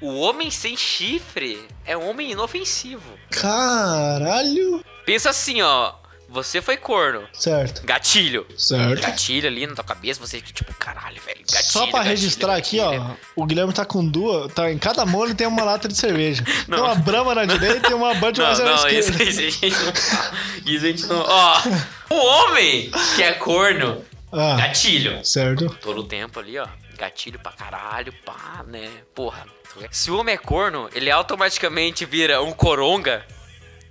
Speaker 1: o homem sem chifre é um homem inofensivo.
Speaker 2: Caralho!
Speaker 1: Pensa assim, ó, você foi corno,
Speaker 2: Certo,
Speaker 1: gatilho.
Speaker 2: certo.
Speaker 1: Gatilho ali na tua cabeça, você fica tipo, caralho, velho, gatilho.
Speaker 2: Só pra
Speaker 1: gatilho,
Speaker 2: registrar aqui,
Speaker 1: gatilho. né?"
Speaker 2: ó, o Guilherme tá com duas. Tá, em cada mão ele tem uma lata
Speaker 1: <laughs>
Speaker 2: de cerveja. Tem uma brama na direita e uma Bud
Speaker 1: Não,
Speaker 2: mais na
Speaker 1: não, isso,
Speaker 2: esquerda.
Speaker 1: isso a gente não fala. Isso a gente não. Ó, o homem que é corno,
Speaker 2: Ah,
Speaker 1: gatilho.
Speaker 2: certo.
Speaker 1: Todo o tempo ali, ó. Gatilho pra caralho, pá, né? Porra. Se o homem é corno, ele automaticamente vira um coronga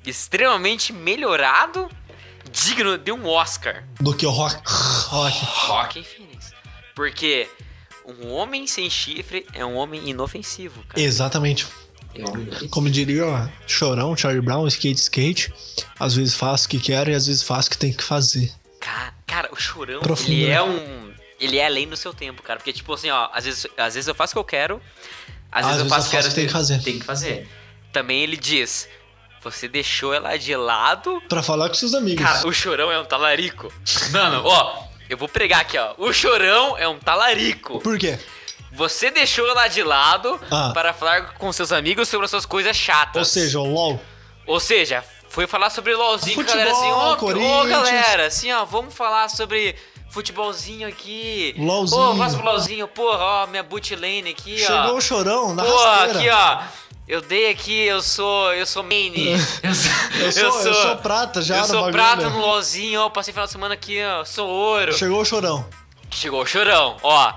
Speaker 1: extremamente melhorado, digno de um Oscar.
Speaker 2: Do que o Rock. Rock.
Speaker 1: Rock Phoenix. Porque um homem sem chifre é um homem inofensivo, cara.
Speaker 2: Exatamente.
Speaker 1: É um homem inofensivo.
Speaker 2: Como diria ó, Chorão, Charlie Brown, Skate Skate. Às vezes faço o que quero e às vezes faço o que tem que fazer.
Speaker 1: Ca- Cara, o chorão,
Speaker 2: Profundo,
Speaker 1: ele
Speaker 2: né?
Speaker 1: é um. Ele é além do seu tempo, cara. Porque, tipo assim, ó, às vezes, às vezes eu faço o que eu quero, às, vezes eu faço o que
Speaker 2: faço
Speaker 1: eu
Speaker 2: o que tem que fazer.
Speaker 1: Tem que fazer. Também ele diz: você deixou ela de lado.
Speaker 2: Pra falar com seus amigos.
Speaker 1: Cara, o chorão é um talarico. Mano, ó, eu vou pregar aqui, ó. O chorão é um talarico.
Speaker 2: Por quê?
Speaker 1: Você deixou ela de lado
Speaker 2: Ah.
Speaker 1: para falar com seus amigos sobre as suas coisas chatas.
Speaker 2: Ou seja, o LOL.
Speaker 1: Ou seja, foi falar sobre LOLzinho, com a
Speaker 2: Futebol,
Speaker 1: galera assim, ô, ô
Speaker 2: Corinthians.
Speaker 1: galera, assim, ó, vamos falar sobre futebolzinho aqui.
Speaker 2: LOLzinho.
Speaker 1: Ô, vamos pro LOLzinho, porra, ó, minha boot lane aqui,
Speaker 2: Chegou
Speaker 1: ó.
Speaker 2: o Chorão na
Speaker 1: Pô,
Speaker 2: rasteira.
Speaker 1: aqui, ó. Eu dei aqui, eu sou. Eu sou main. <laughs> Eu sou.
Speaker 2: <laughs> Eu sou, eu sou, prata já
Speaker 1: eu
Speaker 2: no
Speaker 1: sou
Speaker 2: bagulho. né?
Speaker 1: prata no LOLzinho, ó. Passei o final de semana aqui, ó. Sou ouro.
Speaker 2: Chegou o Chorão.
Speaker 1: Chegou o chorão, ó.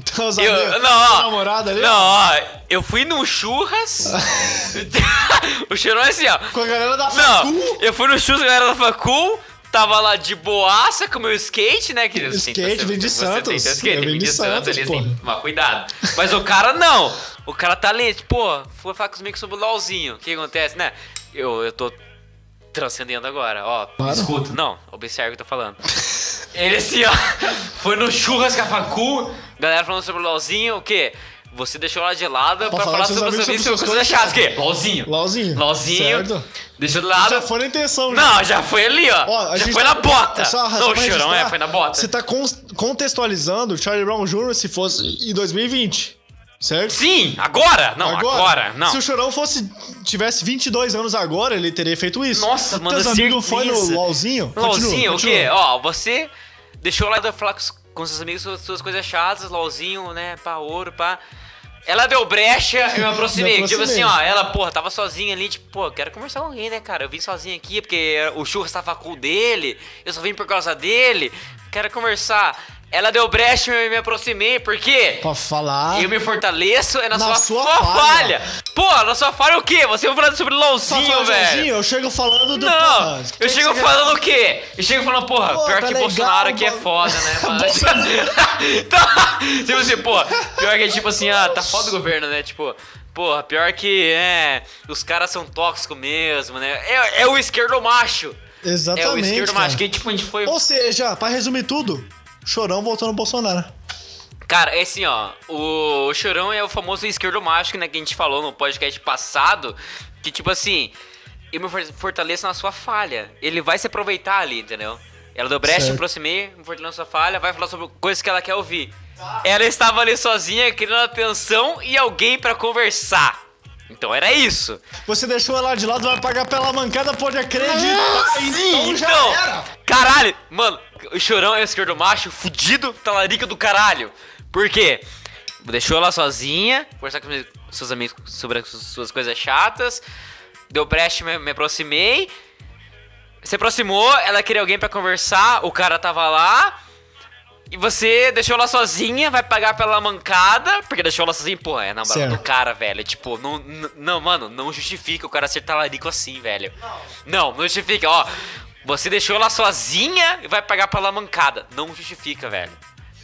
Speaker 2: Então, os
Speaker 1: Eu,
Speaker 2: amigos-
Speaker 1: não, ó.
Speaker 2: a namorada ali,
Speaker 1: Não,
Speaker 2: ó,
Speaker 1: ó. Eu fui num churras.
Speaker 2: <laughs>
Speaker 1: <laughs> o chorão é assim, ó.
Speaker 2: com a galera da
Speaker 1: Não,
Speaker 2: facu.
Speaker 1: eu fui no chute da galera da Facul, tava lá de boaça com o meu skate, né, querido?
Speaker 2: Skate, vim de Santos.
Speaker 1: Tem seu skate,
Speaker 2: Eu
Speaker 1: vim É, de Santos, eles
Speaker 2: porra.
Speaker 1: têm mas cuidado. Mas o cara não, o cara tá lento, pô, foi falar com os amigos sobre o LOLzinho, o que acontece, né? Eu, eu tô transcendendo agora, ó,
Speaker 2: Claro.
Speaker 1: escuta, não, observe o que eu tô falando. Ele assim, ó, <laughs> foi no churras com a Facu, galera falando sobre o LOLzinho, o quê? Você deixou ela de lado pra, falar, sobre os amigos sobre coisas chatas, o quê? LOLzinho.
Speaker 2: Lolzinho.
Speaker 1: LOLzinho.
Speaker 2: Certo.
Speaker 1: Deixou de lado.
Speaker 2: Já foi na intenção. né?
Speaker 1: Não, já foi ali, ó.
Speaker 2: Ó, a
Speaker 1: já
Speaker 2: gente
Speaker 1: foi
Speaker 2: tá-
Speaker 1: na bota.
Speaker 2: Só- só
Speaker 1: não, o
Speaker 2: pra
Speaker 1: chorão é,
Speaker 2: registrar,
Speaker 1: foi na bota.
Speaker 2: Você tá cons- contextualizando o Charlie Brown Jr. se fosse em 2020, certo?
Speaker 1: Sim, agora? Não, agora, não.
Speaker 2: Se o Chorão fosse tivesse 22 anos agora, ele teria feito isso.
Speaker 1: Nossa, mano,
Speaker 2: Teus amigos
Speaker 1: certeza.
Speaker 2: foi no LOLzinho?
Speaker 1: LOLzinho,
Speaker 2: Continua,
Speaker 1: o
Speaker 2: continua.
Speaker 1: quê? Ó, você deixou lá da falar com os- com seus amigos sobre suas coisas chatas, LOLzinho, né, pá, ouro, pá. Ela deu brecha, eu me aproximei.
Speaker 2: Me
Speaker 1: Tipo assim,
Speaker 2: aproximei.
Speaker 1: ó, ela, porra, tava sozinha ali, tipo, pô, eu quero conversar com alguém, né, cara? Eu vim sozinho aqui porque o churras tava com o dele, eu só vim por causa dele, quero conversar. Ela deu brecha e eu me aproximei, porque
Speaker 2: Pra falar.
Speaker 1: eu me fortaleço, é na,
Speaker 2: Ah. Na
Speaker 1: sua,
Speaker 2: sua
Speaker 1: falha. Pô, na sua falha o quê? Você vai falando sobre
Speaker 2: Só fala
Speaker 1: LOLzinho, velho.
Speaker 2: sozinho, eu chego falando do.
Speaker 1: Não,
Speaker 2: porra, que
Speaker 1: eu
Speaker 2: que
Speaker 1: chego
Speaker 2: você-
Speaker 1: falando o quê? Eu chego falando, porra,
Speaker 2: Pô,
Speaker 1: pior
Speaker 2: tá
Speaker 1: que
Speaker 2: legal,
Speaker 1: Bolsonaro aqui é
Speaker 2: mano.
Speaker 1: foda,
Speaker 2: <laughs>
Speaker 1: né, mano? <laughs> então, tipo assim, porra, pior que é tipo assim, ah, tá foda o governo, né? Tipo, porra, pior que é, os caras são tóxicos mesmo, né? É, é o esquerdo macho.
Speaker 2: Exatamente.
Speaker 1: é o esquerdo
Speaker 2: cara.
Speaker 1: macho, que tipo, a gente foi...
Speaker 2: Ou seja, pra resumir tudo, chorão voltou no Bolsonaro.
Speaker 1: Cara, é assim, ó. O Chorão é o famoso esquerdo mágico, né? Que a gente falou no podcast passado. Que, tipo assim, eu me for- fortaleço na sua falha. Ele vai se aproveitar ali, entendeu? Ela deu brecha,
Speaker 2: Certo.
Speaker 1: me aproximei, me fortaleceu na sua falha, vai falar sobre coisas que ela quer ouvir. Ela estava ali sozinha, querendo atenção e alguém pra conversar. Então era isso.
Speaker 2: Você deixou ela de lado, vai pagar pela mancada, pode acreditar. então já
Speaker 1: Ah, então,
Speaker 2: era.
Speaker 1: Caralho, mano, o chorão é o esquerdo macho, fudido, talarica do caralho. Por quê? Deixou ela sozinha, conversar com meus- seus amigos sobre as suas coisas chatas. Deu brecha, me, me aproximei. Se aproximou, ela queria alguém pra conversar, o cara tava lá. E você deixou ela sozinha, vai pagar pela mancada, porque deixou ela sozinha, pô, é na barra do
Speaker 2: Certo.
Speaker 1: cara, velho. Tipo, não, n- não, mano, não justifica o cara ser talarico assim, velho. Não, não justifica, ó. Você deixou ela sozinha e vai pagar pela mancada. Não justifica, velho.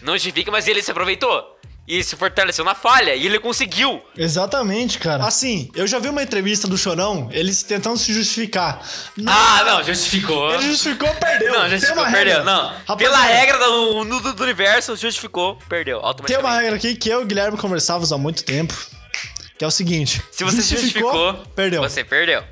Speaker 1: Não justifica, mas ele se aproveitou. E se fortaleceu na falha, e ele conseguiu.
Speaker 2: Exatamente, cara. Assim, eu já vi uma entrevista do Chorão, eles tentando se justificar. Não,
Speaker 1: Ah, não, justificou.
Speaker 2: Ele justificou, perdeu.
Speaker 1: Não,
Speaker 2: Tem
Speaker 1: justificou,
Speaker 2: uma
Speaker 1: perdeu.
Speaker 2: regra.
Speaker 1: Não,
Speaker 2: Rapaziada,
Speaker 1: pela regra do, do- do universo, justificou, perdeu.
Speaker 2: Tem
Speaker 1: Automaticamente.
Speaker 2: uma regra aqui que eu e o Guilherme conversávamos há muito tempo. Que é o seguinte:
Speaker 1: Se
Speaker 2: <laughs>
Speaker 1: você justificou,
Speaker 2: perdeu.
Speaker 1: Você perdeu.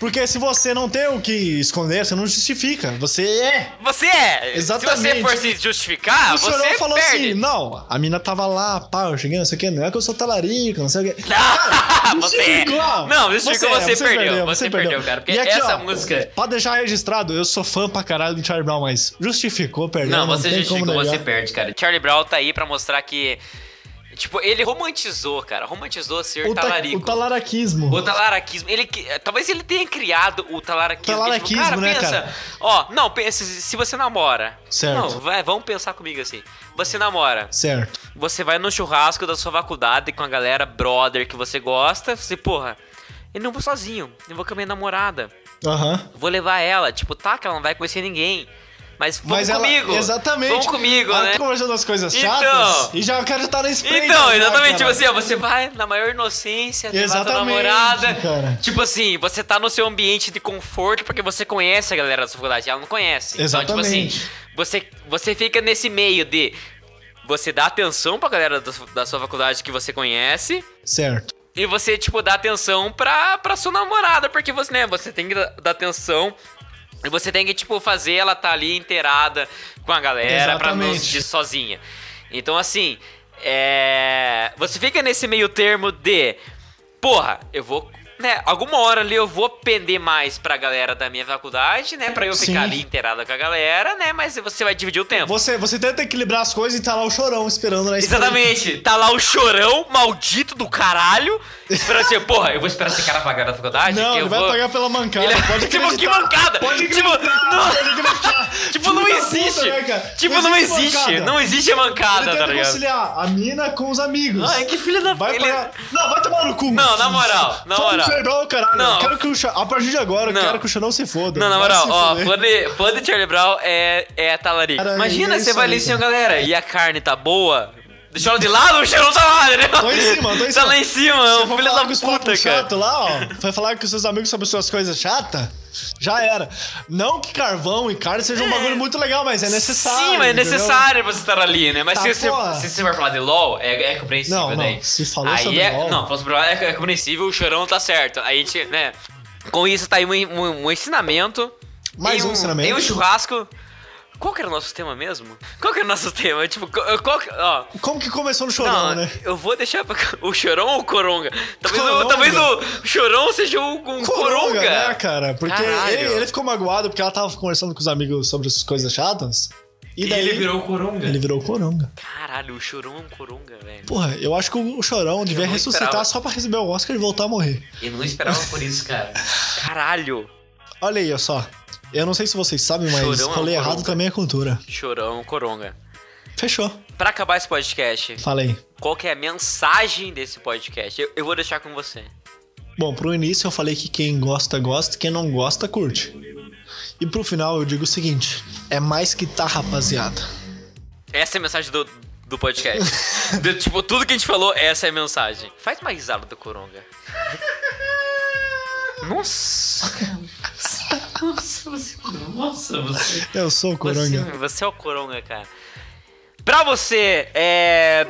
Speaker 2: Porque se você não tem o que esconder, você não justifica. Você é.
Speaker 1: Você é.
Speaker 2: Exatamente.
Speaker 1: Se você for se justificar,
Speaker 2: o Chorão
Speaker 1: Ah, você
Speaker 2: falou
Speaker 1: perde.
Speaker 2: assim:
Speaker 1: <laughs>
Speaker 2: não, a mina tava lá, pá, eu cheguei, não sei o que, não é que eu sou talarica, não sei o que.
Speaker 1: Não, você é.
Speaker 2: Justificou.
Speaker 1: Não, justificou,
Speaker 2: é,
Speaker 1: você, perdeu. Você, perdeu, cara. Porque
Speaker 2: E aqui,
Speaker 1: essa
Speaker 2: ó,
Speaker 1: música.
Speaker 2: Pra deixar registrado, eu sou fã pra caralho do Charlie Brown, mas justificou, perdeu.
Speaker 1: Não, você
Speaker 2: tem
Speaker 1: justificou,
Speaker 2: como negar.
Speaker 1: você perde, cara. Charlie Brown tá aí pra mostrar que. Tipo, ele romantizou, cara. Romantizou ser
Speaker 2: O, ta-
Speaker 1: talarico.
Speaker 2: o talaraquismo.
Speaker 1: O talaraquismo, ele que- talvez ele tenha criado o talaraquismo. porque,
Speaker 2: Talaraquismo, né,
Speaker 1: pensa,
Speaker 2: cara?
Speaker 1: Ó, não, pensa, se se você namora.
Speaker 2: Certo.
Speaker 1: Não, vai, vamos pensar comigo assim. Você namora,
Speaker 2: Certo.
Speaker 1: você vai no churrasco da sua faculdade com a galera brother que você gosta, você, porra, eu não vou sozinho, eu vou com a minha namorada.
Speaker 2: Aham.
Speaker 1: Vou levar ela, tipo, tá, que ela não vai conhecer ninguém. Mas vamos
Speaker 2: Mas ela-
Speaker 1: comigo.
Speaker 2: Exatamente.
Speaker 1: Vamos comigo,
Speaker 2: ela
Speaker 1: né?
Speaker 2: tá conversando as coisas
Speaker 1: Então.
Speaker 2: chatas e já quero estar na espreita.
Speaker 1: Então,
Speaker 2: já,
Speaker 1: exatamente, tipo
Speaker 2: cara.
Speaker 1: assim, ó, você vai na maior inocência, levar tua
Speaker 2: Exatamente,
Speaker 1: namorada.
Speaker 2: cara.
Speaker 1: Tipo assim, você tá no seu ambiente de conforto porque você conhece a galera da sua faculdade, ela não conhece. Então, tipo
Speaker 2: Exatamente.
Speaker 1: assim, você, você fica nesse meio de você dá atenção pra galera da, su- da sua faculdade que você conhece.
Speaker 2: Certo.
Speaker 1: E você, tipo, dá atenção pra, pra sua namorada, porque você, né, você tem que dar dar atenção. E você tem que, tipo, fazer ela tá ali inteirada com a galera pra não se
Speaker 2: Exatamente.
Speaker 1: sentir sozinha. Então, assim, é... Você fica nesse meio termo de... Porra, eu vou... Né, alguma hora ali eu vou pender mais pra galera da minha faculdade, né? Pra eu
Speaker 2: Sim.
Speaker 1: ficar ali inteirada com a galera, né? Mas você vai dividir o tempo.
Speaker 2: Você, você tenta equilibrar as coisas e tá lá o chorão esperando na espreita.
Speaker 1: Exatamente. Tá lá o chorão, maldito do caralho. Esperando assim, porra, eu vou esperar esse cara pagar da faculdade.
Speaker 2: Não,
Speaker 1: que eu
Speaker 2: ele vai
Speaker 1: vou...
Speaker 2: pagar pela mancada.
Speaker 1: Ele- <laughs> tipo,
Speaker 2: Pode
Speaker 1: que
Speaker 2: acreditar.
Speaker 1: mancada!
Speaker 2: Pode
Speaker 1: tipo, não,
Speaker 2: Pode acreditar.
Speaker 1: <laughs> tipo, não
Speaker 2: Filho da
Speaker 1: existe!
Speaker 2: puta, né, cara?
Speaker 1: tipo, não existe!
Speaker 2: mancada.
Speaker 1: Não existe a mancada,
Speaker 2: Ele
Speaker 1: tá
Speaker 2: tenta
Speaker 1: ligado?
Speaker 2: conciliar a mina com os amigos.
Speaker 1: Ai, que filho da
Speaker 2: Vai
Speaker 1: ele-
Speaker 2: pagar. Não, vai tomar no cu.
Speaker 1: Não, na moral, na
Speaker 2: Fala
Speaker 1: moral.
Speaker 2: pro Chorão, caralho.
Speaker 1: Não.
Speaker 2: Eu Quero que o Cho- A partir de agora, eu
Speaker 1: Não.
Speaker 2: quero que o Chorão se foda.
Speaker 1: Não, na
Speaker 2: Vai
Speaker 1: moral,
Speaker 2: se
Speaker 1: ó,
Speaker 2: fuder.
Speaker 1: fã de, fã de Charlie Brown é, é talarico.
Speaker 2: Cara,
Speaker 1: Imagina,
Speaker 2: é isso
Speaker 1: você vai
Speaker 2: aí,
Speaker 1: ali assim, ó,
Speaker 2: cara.
Speaker 1: galera, e a carne tá boa? Deixa ela de lado, o cheirão tá lá, né?
Speaker 2: Tô em cima, tô em
Speaker 1: Tá
Speaker 2: cima.
Speaker 1: lá em cima,
Speaker 2: Você
Speaker 1: é um
Speaker 2: for
Speaker 1: filho
Speaker 2: falar
Speaker 1: da
Speaker 2: com os
Speaker 1: puta,
Speaker 2: papos
Speaker 1: cara.
Speaker 2: chato lá, ó. Vai falar com seus amigos sobre suas coisas chatas? Já era. Não que carvão e carne seja um bagulho muito legal, mas é necessário.
Speaker 1: Sim, mas é
Speaker 2: entendeu?
Speaker 1: necessário você estar ali, né? Mas
Speaker 2: Tá,
Speaker 1: se, você,
Speaker 2: porra.
Speaker 1: se você vai falar de LOL, é, é compreensível,
Speaker 2: Não, não.
Speaker 1: né?
Speaker 2: Se falou
Speaker 1: Aí
Speaker 2: sobre
Speaker 1: é,
Speaker 2: LOL.
Speaker 1: Não, falou sobre LOL, é, é compreensível, o chorão tá certo. Aí a gente, né? Com isso tá aí um, um- um ensinamento.
Speaker 2: Mais
Speaker 1: Tem
Speaker 2: um ensinamento.
Speaker 1: Tem um churrasco. Qual que era o nosso tema mesmo? Qual que era o nosso tema? Tipo, qual, qual que. Ó.
Speaker 2: Como que começou no chorão,
Speaker 1: Não,
Speaker 2: né?
Speaker 1: eu vou deixar pra, o chorão ou o coronga? Talvez, O,
Speaker 2: Coronga.
Speaker 1: talvez o chorão seja um, um coronga.
Speaker 2: né, cara? Porque
Speaker 1: Caralho.
Speaker 2: ele, ele ficou magoado porque ela tava conversando com os amigos sobre as coisas chatas. E
Speaker 1: E
Speaker 2: daí
Speaker 1: ele virou o coronga.
Speaker 2: Ele virou o Coronga.
Speaker 1: Caralho, o chorão é um coronga, velho.
Speaker 2: Porra, eu acho que o Chorão devia
Speaker 1: não
Speaker 2: ressuscitar
Speaker 1: esperava.
Speaker 2: só pra receber o Oscar e voltar a morrer.
Speaker 1: Eu não esperava por isso, <laughs> cara. Caralho.
Speaker 2: Olha aí, ó só. Eu não sei se vocês sabem, mas
Speaker 1: Chorão é um
Speaker 2: rolê errado
Speaker 1: Coronga.
Speaker 2: também é cultura.
Speaker 1: Chorão, coronga.
Speaker 2: Fechou.
Speaker 1: Pra acabar esse podcast,
Speaker 2: Falei.
Speaker 1: qual que é a mensagem desse podcast? Eu, eu vou deixar com você.
Speaker 2: Bom, pro início eu falei que quem gosta, gosta, quem não gosta, curte. E pro final eu digo o seguinte: é mais que tá, rapaziada.
Speaker 1: Essa é a mensagem do, do podcast. <laughs> De- tipo, tudo que a gente falou, essa é a mensagem. Faz uma risada do <laughs> Coronga. Nossa, cara. Nossa, você. Nossa, você.
Speaker 2: Eu sou o Coronga.
Speaker 1: Você, você é o Coronga, cara. Pra você é,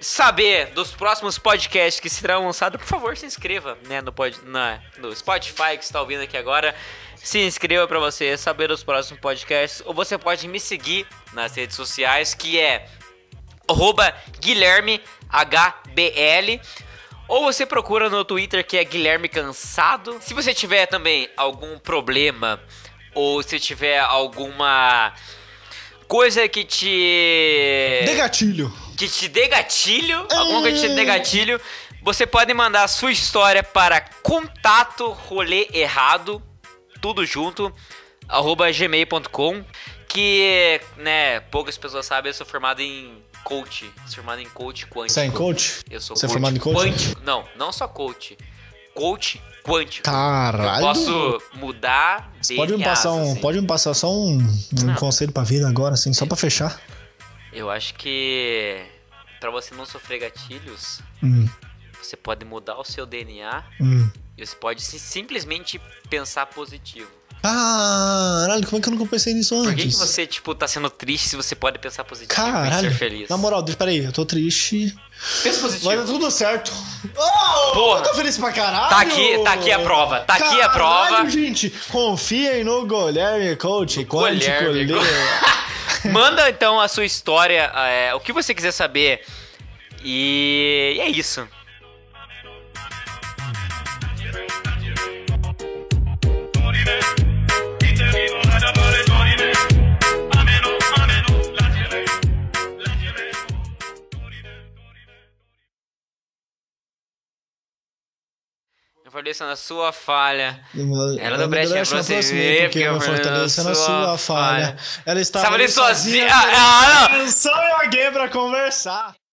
Speaker 1: saber dos próximos podcasts que serão lançados, por favor, se inscreva né, no, pod, na- no Spotify que está ouvindo aqui agora. Se inscreva pra você saber dos próximos podcasts. Ou você pode me seguir nas redes sociais, que é arroba Guilherme HBL. Ou você procura no Twitter que é Guilherme Cansado. Se você tiver também algum problema ou se tiver alguma coisa que te
Speaker 2: De gatilho.
Speaker 1: que te dê gatilho, alguma coisa que te dê gatilho, você pode mandar a sua história para contato rolê errado, tudo junto, arroba gmail.com, que, né, poucas pessoas sabem, eu sou formado em coach, sou formado em coach quântico.
Speaker 2: Você é em coach?
Speaker 1: Eu sou
Speaker 2: Você é
Speaker 1: coach
Speaker 2: formado em coach?
Speaker 1: quântico. Não, não só coach, coach quântico.
Speaker 2: Caralho.
Speaker 1: Eu posso mudar
Speaker 2: Você pode me
Speaker 1: DNAs,
Speaker 2: passar um,
Speaker 1: assim.
Speaker 2: pode me passar só um, um
Speaker 1: Não.
Speaker 2: conselho pra vida agora, assim, só pra fechar.
Speaker 1: Eu acho que pra você não sofrer gatilhos,
Speaker 2: Hum,
Speaker 1: você pode mudar o seu DNA
Speaker 2: hum.
Speaker 1: E você pode sim- simplesmente pensar positivo.
Speaker 2: Caralho, como é que eu nunca pensei nisso antes?
Speaker 1: Por que, que você, tipo, tá sendo triste se você pode pensar positivo e
Speaker 2: Caralho.
Speaker 1: ser feliz?
Speaker 2: Na moral, deixa- peraí, eu tô triste.
Speaker 1: Pensa
Speaker 2: Vai
Speaker 1: positivo.
Speaker 2: dar tudo certo. Oh,
Speaker 1: Porra.
Speaker 2: Eu tô feliz pra caralho.
Speaker 1: Tá aqui, tá aqui a prova, tá aqui a
Speaker 2: Caralho,
Speaker 1: prova.
Speaker 2: gente. Confiem no Guilherme Coach. Quântico
Speaker 1: Guilherme.
Speaker 2: Lê.
Speaker 1: Manda então a sua história, é, o que você quiser saber. E e é isso. Eu falei isso na sua falha.
Speaker 2: <laughs>
Speaker 1: Ela não presta
Speaker 2: brecha
Speaker 1: pra
Speaker 2: na
Speaker 1: você
Speaker 2: próxima,
Speaker 1: ver,
Speaker 2: porque eu me fortaleço é na sua falha. Ela estava
Speaker 1: Estava ali sozinha. <laughs>
Speaker 2: mas
Speaker 1: Ah, ah, não.
Speaker 2: Não sou alguém pra conversar.